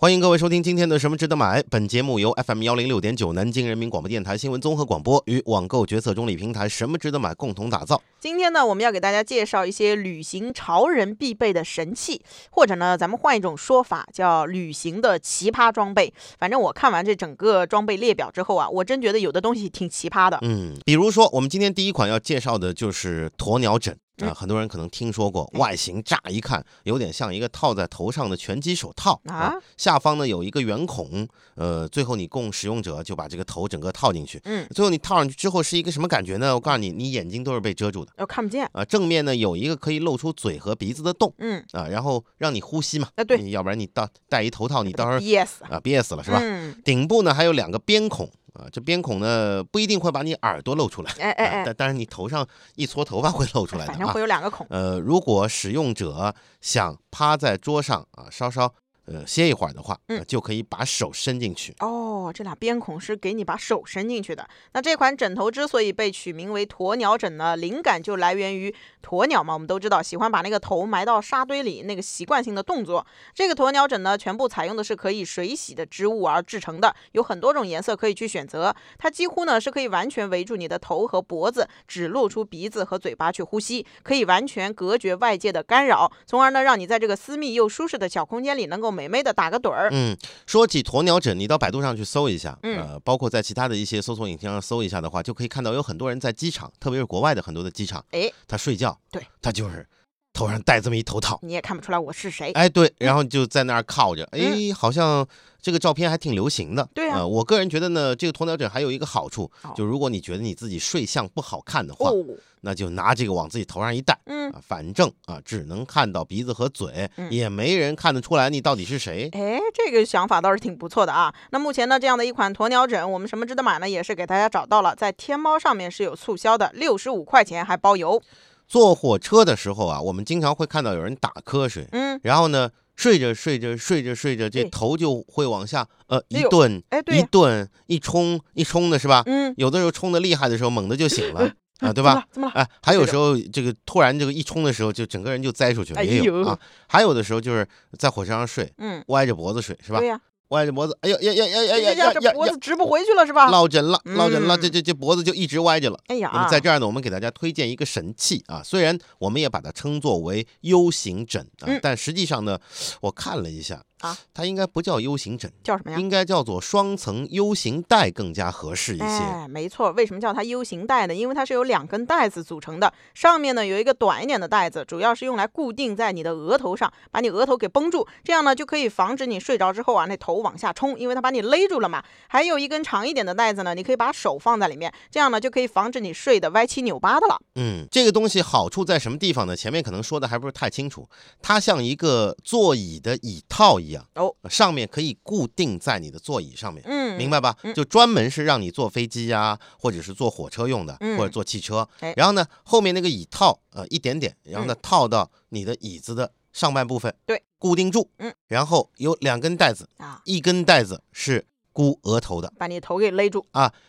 欢迎各位收听今天的《什么值得买》。本节目由 FM 幺零六点九南京人民广播电台新闻综合广播与网购决策中立平台“什么值得买”共同打造。今天呢，我们要给大家介绍一些旅行潮人必备的神器，或者呢，咱们换一种说法，叫旅行的奇葩装备。反正我看完这整个装备列表之后啊，我真觉得有的东西挺奇葩的。嗯，比如说我们今天第一款要介绍的就是鸵鸟枕啊、很多人可能听说过，外形乍一看有点像一个套在头上的拳击手套啊下方呢有一个圆孔，呃，最后你供使用者就把这个头整个套进去。嗯，最后你套上去之后是一个什么感觉呢？我告诉你，你眼睛都是被遮住的。我哦看不见。啊，正面呢有一个可以露出嘴和鼻子的洞嗯，啊，然后让你呼吸嘛。啊对嗯你要不然你到戴一头套，你到 时候憋死啊憋死了是吧？嗯，顶部呢还有两个边孔啊，这边孔呢不一定会把你耳朵露出来，哎哎啊、哎，但但是你头上一撮头发会露出来反的正啊会。有两个孔。呃，如果使用者想趴在桌上啊，稍稍呃歇一会儿的话，呃嗯就可以把手伸进去。哦，这俩边孔是给你把手伸进去的。那这款枕头之所以被取名为鸵鸟枕呢，灵感就来源于鸵鸟嘛，我们都知道喜欢把那个头埋到沙堆里，那个习惯性的动作。这个鸵鸟枕呢，全部采用的是可以水洗的织物而制成的，有很多种颜色可以去选择。它几乎呢是可以完全围住你的头和脖子，只露出鼻子和嘴巴去呼吸，可以完全隔绝外界的干扰，从而呢让你在这个私密又舒适的小空间里能够美美的打个盹儿。嗯，说起鸵鸟枕，你到百度上去搜一下，嗯呃，包括在其他的一些搜索引擎上搜一下的话，就可以看到有很多人在机场，特别是国外的很多的机场，哎，他睡觉，对，他就是头上戴这么一头套，你也看不出来我是谁。哎，对，然后就在那儿靠着，哎，好像这个照片还挺流行的。嗯对啊呃，我个人觉得呢，这个鸵鸟枕还有一个好处哦，就如果你觉得你自己睡相不好看的话，哦，那就拿这个往自己头上一戴。嗯，啊，反正啊，只能看到鼻子和嘴，嗯也没人看得出来你到底是谁。哎，这个想法倒是挺不错的啊。那目前呢，这样的一款鸵鸟枕，我们什么值得买呢？也是给大家找到了，在天猫上面是有促销的，六十五块钱还包邮。坐火车的时候啊，我们经常会看到有人打瞌睡，嗯，然后呢，睡着睡着睡着睡着，这对头就会往下，呃，哎一呦顿哎，一对，顿一冲一冲的是吧？嗯，有的时候冲的厉害的时候，猛地就醒 了啊，对对吧？？怎么了？哎，还有对的时候这个突然这个一冲的时候，就整个人就栽出去了，哎也有呦啊。还有的时候就是在火车上睡，嗯，歪着脖子睡是吧对？呀、歪着脖子，哎呦呀呀呀呀这呀呀这这呀脖呀子，直不回去了是吧？落枕了，落枕了，这嗯这这脖子就一直歪着了。哎呀，那么在这儿呢，我们给大家推荐一个神器啊，虽然我们也把它称作为 U 型枕啊嗯，但实际上呢，我看了一下啊，它应该不叫 U 型枕，叫什么呀？应该叫做双层 U 型带更加合适一些。哎，没错，为什么叫它 U 型带呢？因为它是由两根带子组成的，上面呢有一个短一点的带子，主要是用来固定在你的额头上，把你额头给绷住，这样呢就可以防止你睡着之后啊那头往下冲，因为它把你勒住了嘛。还有一根长一点的带子呢，你可以把手放在里面，这样呢就可以防止你睡得歪七扭八的了。嗯，这个东西好处在什么地方呢？前面可能说的还不是太清楚，它像一个座椅的椅套一样，哦，上面可以固定在你的座椅上面。嗯，明白吧？嗯就专门是让你坐飞机呀、或者是坐火车用的，嗯或者坐汽车哎。嗯然后呢，后面那个椅套，呃，一点点，然后呢，套到你的椅子的上半部分，对，固定住。嗯，然后有两根带子，啊，一根带子是箍额头的，把你头给勒住。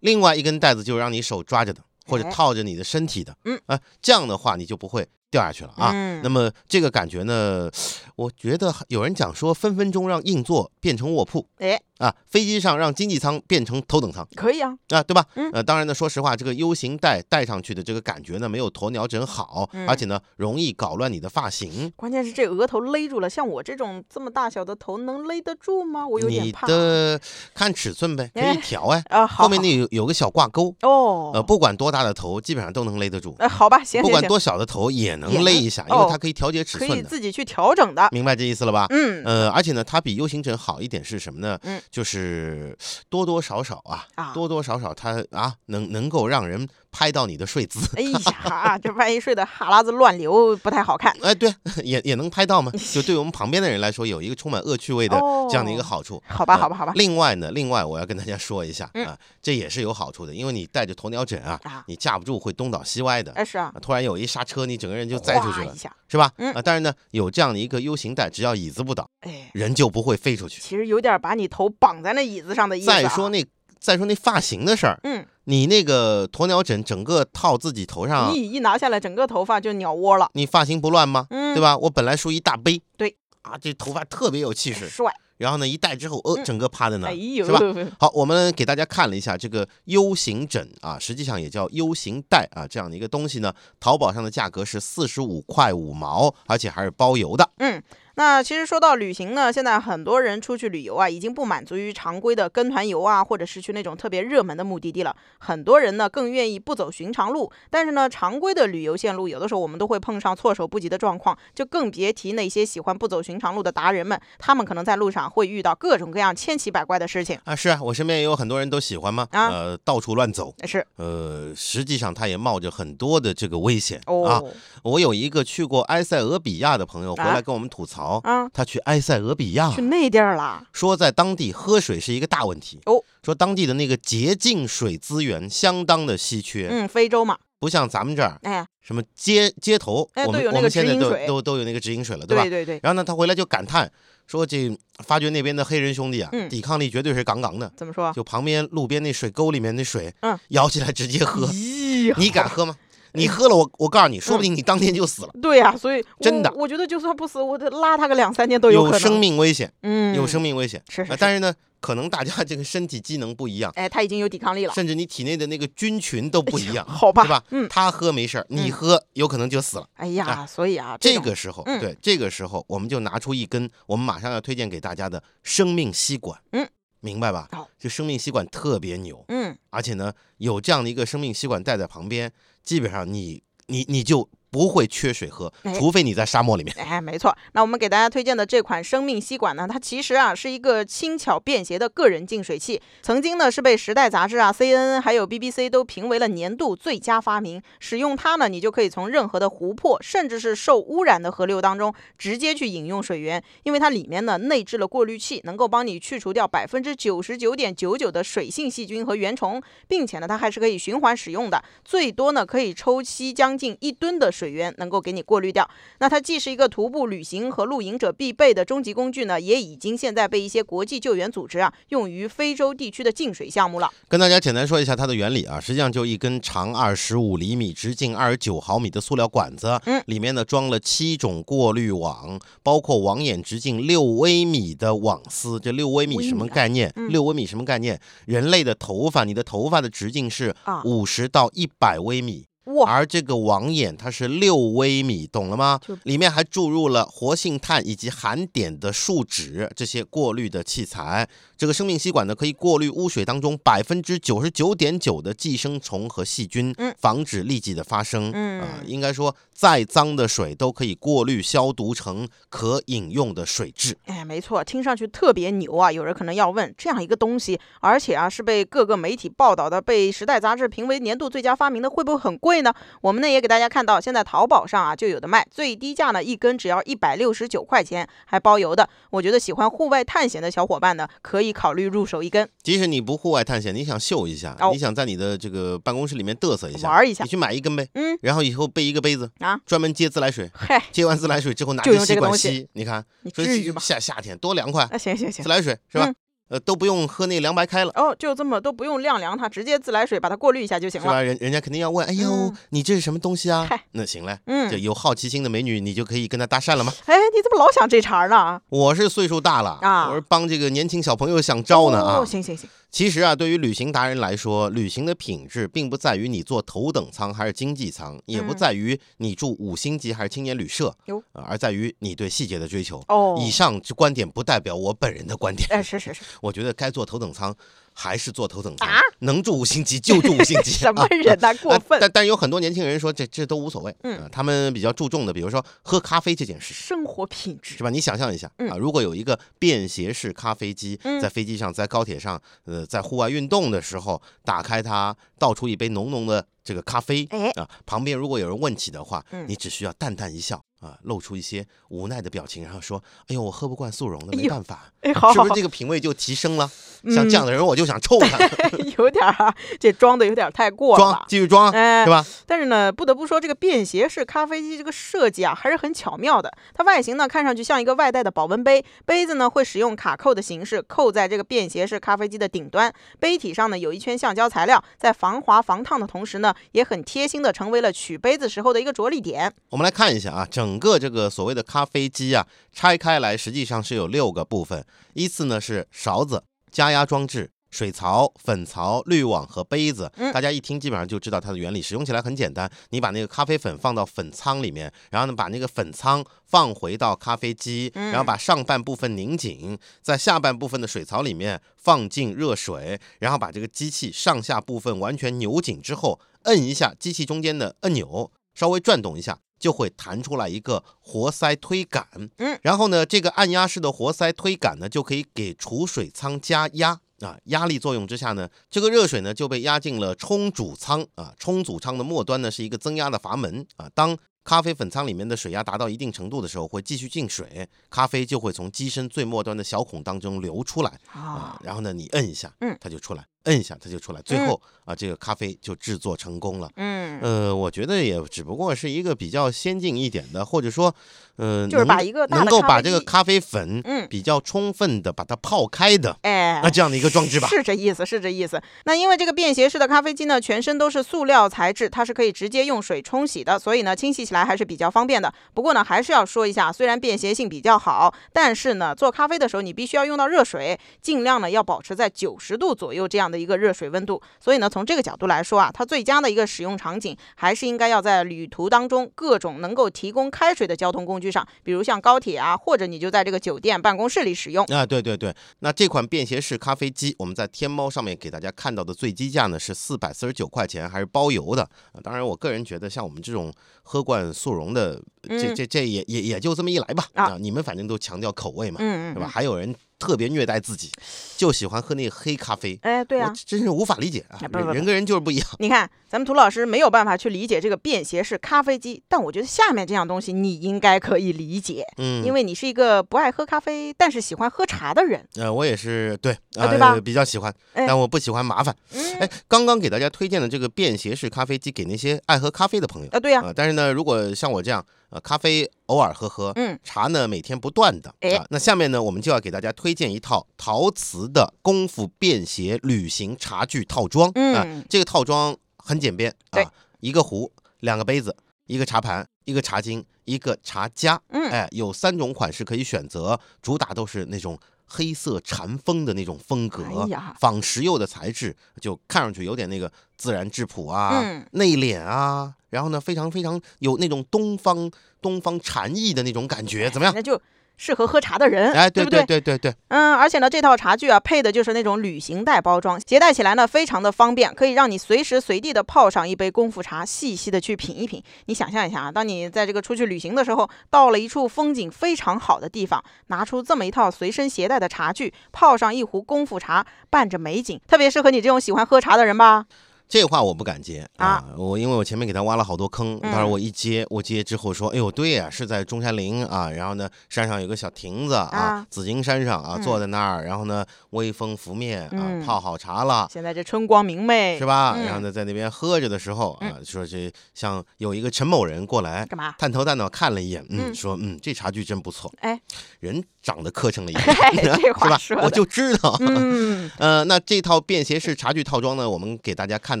另外一根带子就是让你手抓着的，或者哎套着你的身体的。嗯啊，这样的话你就不会掉下去了啊。嗯那么这个感觉呢，我觉得有人讲说分分钟让硬座变成卧铺哎，啊，飞机上让经济舱变成头等舱。可以啊，啊，对吧？嗯呃，当然呢，说实话，这个 U 型带戴上去的这个感觉呢，没有鸵鸟枕好，而嗯且呢，容易搞乱你的发型。关键是这额头勒住了，像我这种这么大小的头能勒得住吗？我有点你怕。的看尺寸呗，可以哎调哎，啊，好后面好那有有个小挂钩，哦，呃，不管多大的头，基本上都能勒得住，哎，好吧，行不行管行，多小的头也能也勒能一下，因为它哦可以调节尺可以寸的，自己去调整的。明白这意思了吧？嗯呃，而且呢，它比 U 型枕好一点是什么呢？嗯就是多多少少啊，啊，多多少少它啊，能能够让人拍到你的睡姿。 哎呀，这万一睡得哈喇子乱流，不太好 看。哎，对，也也能拍到嘛。就对我们旁边的人来说，有一个充满恶趣味的这样的一个哦好处。好吧，呃好吧，好吧。另外呢，另外我要跟大家说一下嗯啊，这也是有好处的，因为你带着鸵鸟枕啊，啊，你架不住会东倒西歪的。哎是啊，啊突然有一刹车，你整个人就栽出去哗了一，下，是吧？嗯啊，但是呢，有这样的一个 U 型带，只要椅子不倒，哎，人就不会飞出去。其实有点把你头绑在那椅子上的意思啊。再说那再说那发型的事儿，嗯，你那个鸵鸟枕整个套自己头上啊，一一拿下来，整个头发就鸟窝了，你发型不乱吗？嗯，对吧？吧？我本来梳一大背，对啊，这头发特别有气势，嗯帅，然后呢一戴之后，呃，嗯整个趴在那哎儿，呦，是吧？好，我们给大家看了一下这个 U 型枕啊，实际上也叫 U 型带啊，这样的一个东西呢，淘宝上的价格是四十五块五毛，而且还是包邮的。嗯那其实说到旅行呢，现在很多人出去旅游啊，已经不满足于常规的跟团游啊，或者是去那种特别热门的目的地了。很多人呢更愿意不走寻常路，但是呢，常规的旅游线路有的时候我们都会碰上措手不及的状况，就更别提那些喜欢不走寻常路的达人们，他们可能在路上会遇到各种各样千奇百怪的事情。啊，是啊，我身边也有很多人都喜欢嘛，啊呃，到处乱走，是呃，实际上他也冒着很多的这个危险、啊。哦我有一个去过埃塞俄比亚的朋友回啊来跟我们吐槽，啊他去埃塞俄比亚去那地儿啦，说在当地喝水是一个大问题哦说当地的那个洁净水资源相当的稀缺，嗯，非洲嘛，不像咱们这儿哎，什么街街头，哎我都们有那我个们现在直饮都水都都有那个直饮水了，对吧？对对对，然后呢，他回来就感叹说这发觉那边的黑人兄弟啊，嗯抵抗力绝对是杠杠的，怎么说？就旁边路边那水沟里面那水，嗯，舀起来直接喝， 咦你敢喝吗？你喝了我，我告诉你，嗯说不定你当天就死了，对呀、所以我真的我觉得就算不死，我得拉他个两三年都可有能。生命危险，嗯，有生命危险。是是啊是，但是呢，可能大家这个身体机能不一样，哎，他已经有抵抗力了，甚至你体内的那个菌群都不一样，好吧？对吧？嗯，他喝没事儿，你嗯喝有可能就死了。哎呀，所以啊，这种个时候，嗯对，这个时候我们就拿出一根我们马上要推荐给大家的生命吸管，嗯，明白吧好？就生命吸管特别牛，嗯，而且呢，有这样的一个生命吸管带在旁边，基本上你你你就不会缺水喝哎，除非你在沙漠里面。哎，没错。那我们给大家推荐的这款生命吸管呢，它其实啊是一个轻巧便携的个人净水器，曾经呢是被《时代》杂志啊、CNN 还有 BBC 都评为了年度最佳发明。使用它呢，你就可以从任何的湖泊，甚至是受污染的河流当中直接去饮用水源，因为它里面呢内置了过滤器，能够帮你去除掉百分之九十九点九九的水性细菌和原虫，并且呢它还是可以循环使用的，最多呢可以抽吸将近一吨的水源，能够给你过滤掉。那它既是一个徒步旅行和露营者必备的终极工具呢，也已经现在被一些国际救援组织啊用于非洲地区的净水项目了。跟大家简单说一下它的原理啊，实际上就一根长二十五厘米、直径二十九毫米的塑料管子，嗯里面呢装了七种过滤网，包括网眼直径六微米的网丝。这六微米什么概念？嗯六微米什么概念？人类的头发，你的头发的直径是啊五十到一百微米，哇，而这个网眼它是六微米，懂了吗就？里面还注入了活性炭以及含碘的树脂这些过滤的器材。这个生命吸管呢，可以过滤污水当中百分之九十九点九的寄生虫和细菌，嗯防止痢疾的发生。嗯啊、应该说再脏的水都可以过滤消毒成可饮用的水质。哎，没错，听上去特别牛啊！有人可能要问，这样一个东西，而且啊是被各个媒体报道的，被《时代》杂志评为年度最佳发明的，会不会很贵呢？我们呢也给大家看到，现在淘宝上啊就有的卖，最低价呢一根只要一百六十九块钱，还包邮的。我觉得喜欢户外探险的小伙伴呢，可以考虑入手一根即使你不户外探险，你想秀一下，哦你想在你的这个办公室里面嘚瑟一下，玩儿一下你。去买一根呗。嗯，然后以后备一个杯子啊，专门接自来水。嗨，接完自来水之后拿就着用吸这个管东西吸，你看，你说至于吗？夏夏天多凉快，啊，行行行自，来水是吧？嗯呃，都不用喝那凉白开了，哦，就这么都不用晾凉它，直接自来水把它过滤一下就行是了。吧？人人家肯定要问，哎呦，嗯你这是什么东西啊嗨？那行嘞，嗯这，有好奇心的美女，你就可以跟她搭讪了吗？哎，你怎么老想这茬儿呢？我是岁数大了啊我是帮这个年轻小朋友想招呢啊哦，。行行行，其实啊，对于旅行达人来说，旅行的品质并不在于你坐头等舱还是经济舱，也不嗯在于你住五星级还是青年旅社哟，呃而在于你对细节的追求。哦，以上之观点不代表我本人的观点。哎，是 是是，我觉得该坐头等舱还是坐头等舱，啊能住五星级就住五星级。 什么啊人呐、过啊分，但但有很多年轻人说这这都无所谓，嗯呃他们比较注重的，比如说喝咖啡这件事，生活品质是吧？你想象一下、嗯啊，如果有一个便携式咖啡机，嗯在飞机上、在高铁上、呃，在户外运动的时候，打开它，倒出一杯浓浓的这个咖啡，哎啊，旁边如果有人问起的话，嗯你只需要淡淡一笑啊，露出一些无奈的表情，然后说：“哎呦，我喝不惯速溶的，哎没呦 办法。哎，好是好不好是这，个品味就提升了？像这样嗯的人，我就想抽他， 有点儿啊，这装的有点儿太过了装吧。继续装，哎是，吧？但是呢，不得不说，这个便携式咖啡机这个设计啊，还是很巧妙的。它外形呢，看上去像一个外带的保温杯，杯子呢会使用卡扣的形式扣在这个便携式咖啡机的顶端，杯体上呢有一圈橡胶材料，在防滑防烫的同时呢，也很贴心的成为了取杯子时候的一个着力点。我们来看一下啊，整个这个所谓的咖啡机啊，拆开来实际上是有六个部分，依次呢是勺子、加压装置、水槽、粉槽、滤网和杯子。嗯大家一听基本上就知道它的原理，使用起来很简单。你把那个咖啡粉放到粉仓里面，然后呢把那个粉仓放回到咖啡机，然后把上半部分拧紧，在下半部分的水槽里面放进热水，然后把这个机器上下部分完全扭紧之后，摁一下机器中间的按钮，稍微转动一下。就会弹出来一个活塞推杆，嗯，然后呢，这个按压式的活塞推杆呢，就可以给储水舱加压啊，压力作用之下呢，这个热水呢就被压进了冲煮舱啊，冲煮舱的末端呢是一个增压的阀门啊，当咖啡粉仓里面的水压达到一定程度的时候，会继续进水，咖啡就会从机身最末端的小孔当中流出来，啊，然后呢，你摁一下，嗯它就出来，摁一下它就出来，最嗯后啊，这个咖啡就制作成功了。嗯，呃，我觉得也只不过是一个比较先进一点的，或者说，呃，就是把能一个大能的够咖把啡这个机咖啡粉，嗯比较充分的把它泡开的，哎，那这样的一个装置吧。是这意思，是这意思。那因为这个便携式的咖啡机呢，全身都是塑料材质，它是可以直接用水冲洗的，所以呢，清洗起来还是比较方便的。不过呢，还是要说一下，虽然便携性比较好，但是呢，做咖啡的时候你必须要用到热水，尽量呢要保持在九十度左右这样的一个热水温度。所以呢，从这个角度来说啊，它最佳的一个使用场景还是应该要在旅途当中各种能够提供开水的交通工具上，比如像高铁啊，或者你就在这个酒店办公室里使用。啊，对对对，那这款便携式咖啡机，我们在天猫上面给大家看到的最低价呢是四百四十九块钱，还是包邮的。啊当然，我个人觉得像我们这种喝惯速溶的，这嗯这这也也也就这么一来吧。啊啊，你们反正都强调口味嘛，嗯嗯，对嗯吧？还有人特别虐待自己，就喜欢喝那个黑咖啡。哎，对啊我，真是无法理解啊哎！不人不人跟人就是不一样。你看，咱们涂老师没有办法去理解这个便携式咖啡机，但我觉得下面这样东西你应该可以理解，嗯，因为你是一个不爱喝咖啡，但是喜欢喝茶的人。呃，我也是对，啊呃，对吧比较喜欢，哎但我不喜欢麻烦。嗯，哎，刚刚给大家推荐的这个便携式咖啡机，给那些爱喝咖啡的朋友啊，对呀、呃但是呢，如果像我这样，呃，咖啡偶尔喝喝，嗯，茶呢每天不断的。哎啊那下面呢，我们就要给大家推荐一套陶瓷的功夫便携旅行茶具套装。啊嗯这个套装很简便，对啊，一个壶，两个杯子，一个茶盘，一个茶巾，一个茶夹，嗯哎，有三种款式可以选择，主打都是那种黑色禅风的那种风格，哎呀仿石釉的材质，就看上去有点那个自然质朴啊，嗯内敛啊，然后呢，非常非常有那种东方东方禅意的那种感觉，怎么样？那就适合喝茶的人，哎，哎对对不对对对对，嗯，而且呢，这套茶具啊，配的就是那种旅行袋包装，携带起来呢非常的方便，可以让你随时随地的泡上一杯功夫茶，细细的去品一品。你想象一下啊，当你在这个出去旅行的时候，到了一处风景非常好的地方，拿出这么一套随身携带的茶具，泡上一壶功夫茶，伴着美景，特别适合你这种喜欢喝茶的人吧。这话我不敢接啊啊！我因为我前面给他挖了好多坑，嗯当然我一接，我接之后说，哎呦，对呀、是在中山陵啊，然后呢，山上有个小亭子啊啊，紫荆山上啊，嗯坐在那儿，然后呢，微风拂面嗯啊，泡好茶了。现在这春光明媚，是？吧？嗯然后呢，在那边喝着的时候啊，说这像有一个陈某人过来，干嘛？探头探脑看了一眼，嗯，嗯说嗯，这茶具真不错，哎，人长得磕碜了一哎点， 这话 是说吧？的我就知道，嗯，呃，那这套便携式茶具套装呢，我们给大家看到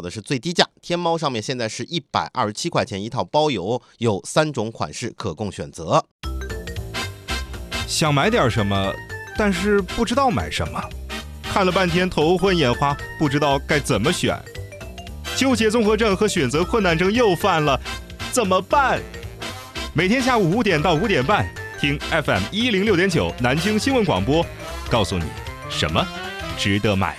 的是最低价，天猫上面现在是一百二十七块钱一套，包邮，有三种款式可供选择。想买点什么，但是不知道买什么，看了半天头昏眼花，不知道该怎么选，纠结综合症和选择困难症又犯了，怎么办？每天下午五点到五点半，听 FM 一零六点九南京新闻广播，告诉你什么值得买。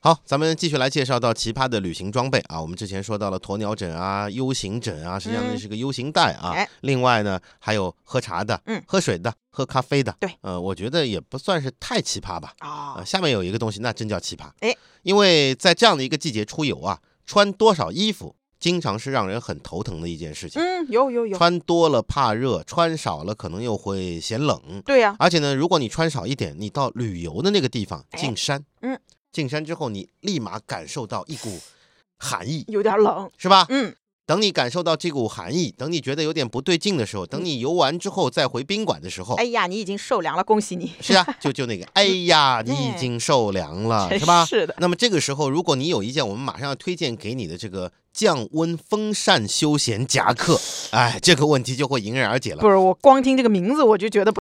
好，咱们继续来介绍到奇葩的旅行装备啊。我们之前说到了鸵鸟枕啊、U 型枕啊，实际上嗯那是个 U 型带啊。哎另外呢，还有喝茶的、嗯喝水的、喝咖啡的。对，呃，我觉得也不算是太奇葩吧。啊啊，，下面有一个东西，那真叫奇葩。哎，因为在这样的一个季节出游啊，穿多少衣服经常是让人很头疼的一件事情。嗯，有有有，穿多了怕热，穿少了可能又会嫌冷。对呀、而且呢，如果你穿少一点，你到旅游的那个地方哎进山，嗯，进山之后你立马感受到一股寒意，有点冷。是吧？嗯，等你感受到这股寒意，等你觉得有点不对劲的时候，等你游完之后再回宾馆的时候，嗯哎呀，你已经受凉了，恭喜你。是啊，就就那 个，哎呀，你已哎经受凉了，真啊是吧？是的，那么这个时候，如果你有一件我们马上要推荐给你的这个降温风扇休闲夹克，哎，这个问题就会迎刃而解了。不是我光听这个名字我就觉得不